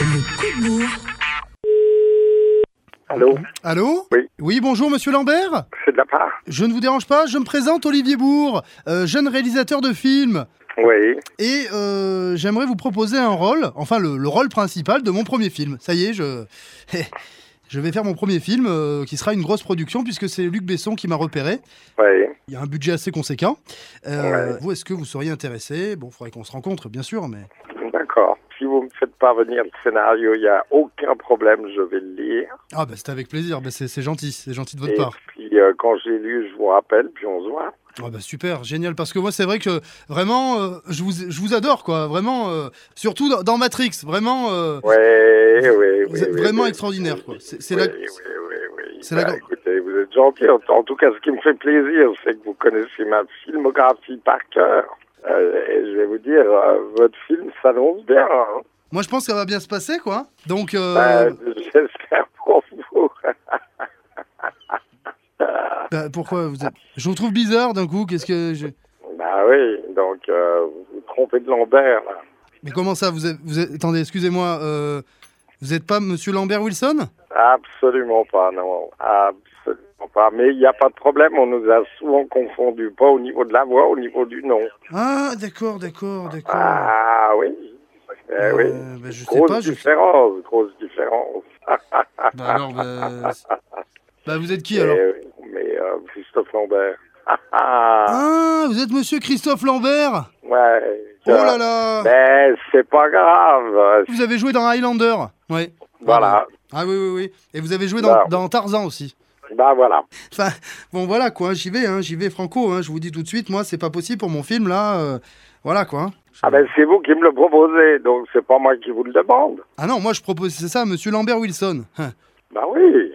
Le coup de bourre. Allô Allô Oui. bonjour Monsieur Lambert. C'est de la part Je ne vous dérange pas, je me présente Olivier Bourg, euh, jeune réalisateur de films. Oui. Et euh, j'aimerais vous proposer un rôle, enfin le, le rôle principal de mon premier film. Ça y est, je, je vais faire mon premier film euh, qui sera une grosse production puisque c'est Luc Besson qui m'a repéré. Oui. Il y a un budget assez conséquent. Euh, Ouais. Vous, est-ce que vous seriez intéressé Bon, faudrait qu'on se rencontre, bien sûr, mais... D'accord. Si vous me faites parvenir le scénario, il n'y a aucun problème, je vais le lire. Ah bah c'est avec plaisir, bah, c'est c'est gentil, c'est gentil de votre Et part. puis euh, quand j'ai lu, je vous rappelle, puis on se voit. Ah bah super, génial, parce que moi c'est vrai que vraiment, euh, je, vous, je vous adore quoi, vraiment, euh, surtout dans, dans Matrix, vraiment, euh, Oui, oui, oui. vous êtes oui, vraiment oui. extraordinaire quoi. C'est c'est Oui, la... oui, oui, oui. c'est Bah, la- Écoutez, vous êtes gentil. En, en tout cas, ce qui me fait plaisir, c'est que vous connaissez ma filmographie par cœur. Euh, et je vais vous dire, euh, votre film s'annonce bien. hein. Moi je pense que ça va bien se passer quoi, donc euh, Bah, J'espère pour vous. bah, pourquoi vous êtes... Je vous trouve bizarre d'un coup, qu'est-ce que... Je... Bah oui, donc euh, vous vous trompez de Lambert, là. Mais comment ça, vous êtes... Vous êtes- Attendez, excusez-moi, euh, vous êtes pas monsieur Lambert Wilson Absolument pas, non. Absolument pas. Mais il n'y a pas de problème, on nous a souvent confondus, pas au niveau de la voix, au niveau du nom. Ah d'accord, d'accord, d'accord. Ah oui. Eh Euh, oui. bah, je sais Grosse pas, je... différence, grosse différence. Bah alors, bah... c'est- bah, vous êtes qui alors Eh oui, mais euh, Christophe Lambert. Ah, ah, Ah, vous êtes monsieur Christophe Lambert ouais. Oh là là Mais c'est pas grave. Vous avez joué dans Highlander Ouais. Voilà. Ah oui, oui, oui. Et vous avez joué dans, Bah. dans Tarzan aussi. Bah voilà. Enfin, bon voilà quoi, j'y vais, hein, j'y vais franco, hein, je vous dis tout de suite, moi c'est pas possible pour mon film là. euh, voilà quoi. hein. Ah ben c'est vous qui me le proposez, donc c'est pas moi qui vous le demande. Ah non, moi je propose, c'est ça, monsieur Lambert Wilson. Hein. Ben oui, il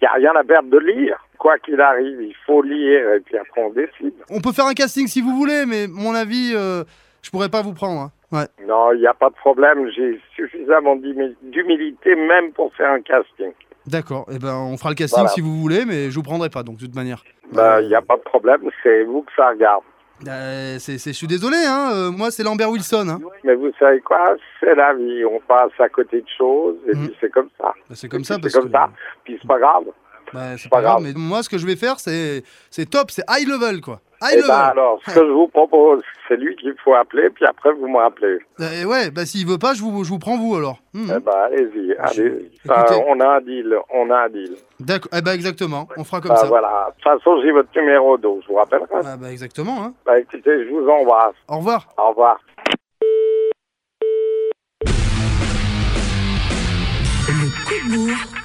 n'y a rien à perdre de lire. Quoi qu'il arrive, il faut lire et puis après on décide. On peut faire un casting si vous voulez, mais mon avis, euh, je pourrais pas vous prendre. hein. Ouais. Non, il n'y a pas de problème, j'ai suffisamment d'humi- d'humilité même pour faire un casting. D'accord, et ben on fera le casting Voilà. si vous voulez, mais je vous prendrai pas donc de toute manière. Ben, il n'y a pas de problème, c'est vous que ça regarde. Euh, c'est, c'est- je suis désolé, hein, euh, moi c'est Lambert Wilson. hein. Mais vous savez quoi C'est la vie, on passe à côté de choses et Mm. puis c'est comme ça. Bah, c'est Et comme puis ça C'est parce comme que. ça, puis c'est pas grave. Bah, c'est pas pas grave, grave. mais moi, ce que je vais faire, c'est c'est top, c'est high level, quoi. High Et level. ben alors, ce que je vous propose, c'est lui qu'il faut appeler, puis après vous me rappelez. Euh, et ouais, bah s'il veut pas, je vous, je vous prends vous alors. Hmm. Eh ben allez-y, allez-y. je- Ça, écoutez. on a un deal, on a un deal. D'accord. Eh bah exactement. On fera comme Bah, ça. voilà. De toute façon, j'ai votre numéro, donc je vous rappellerai. Ah, bah exactement. Hein. Bah, écoutez, je vous embrasse. Au revoir. Au revoir. Le coup de bourre.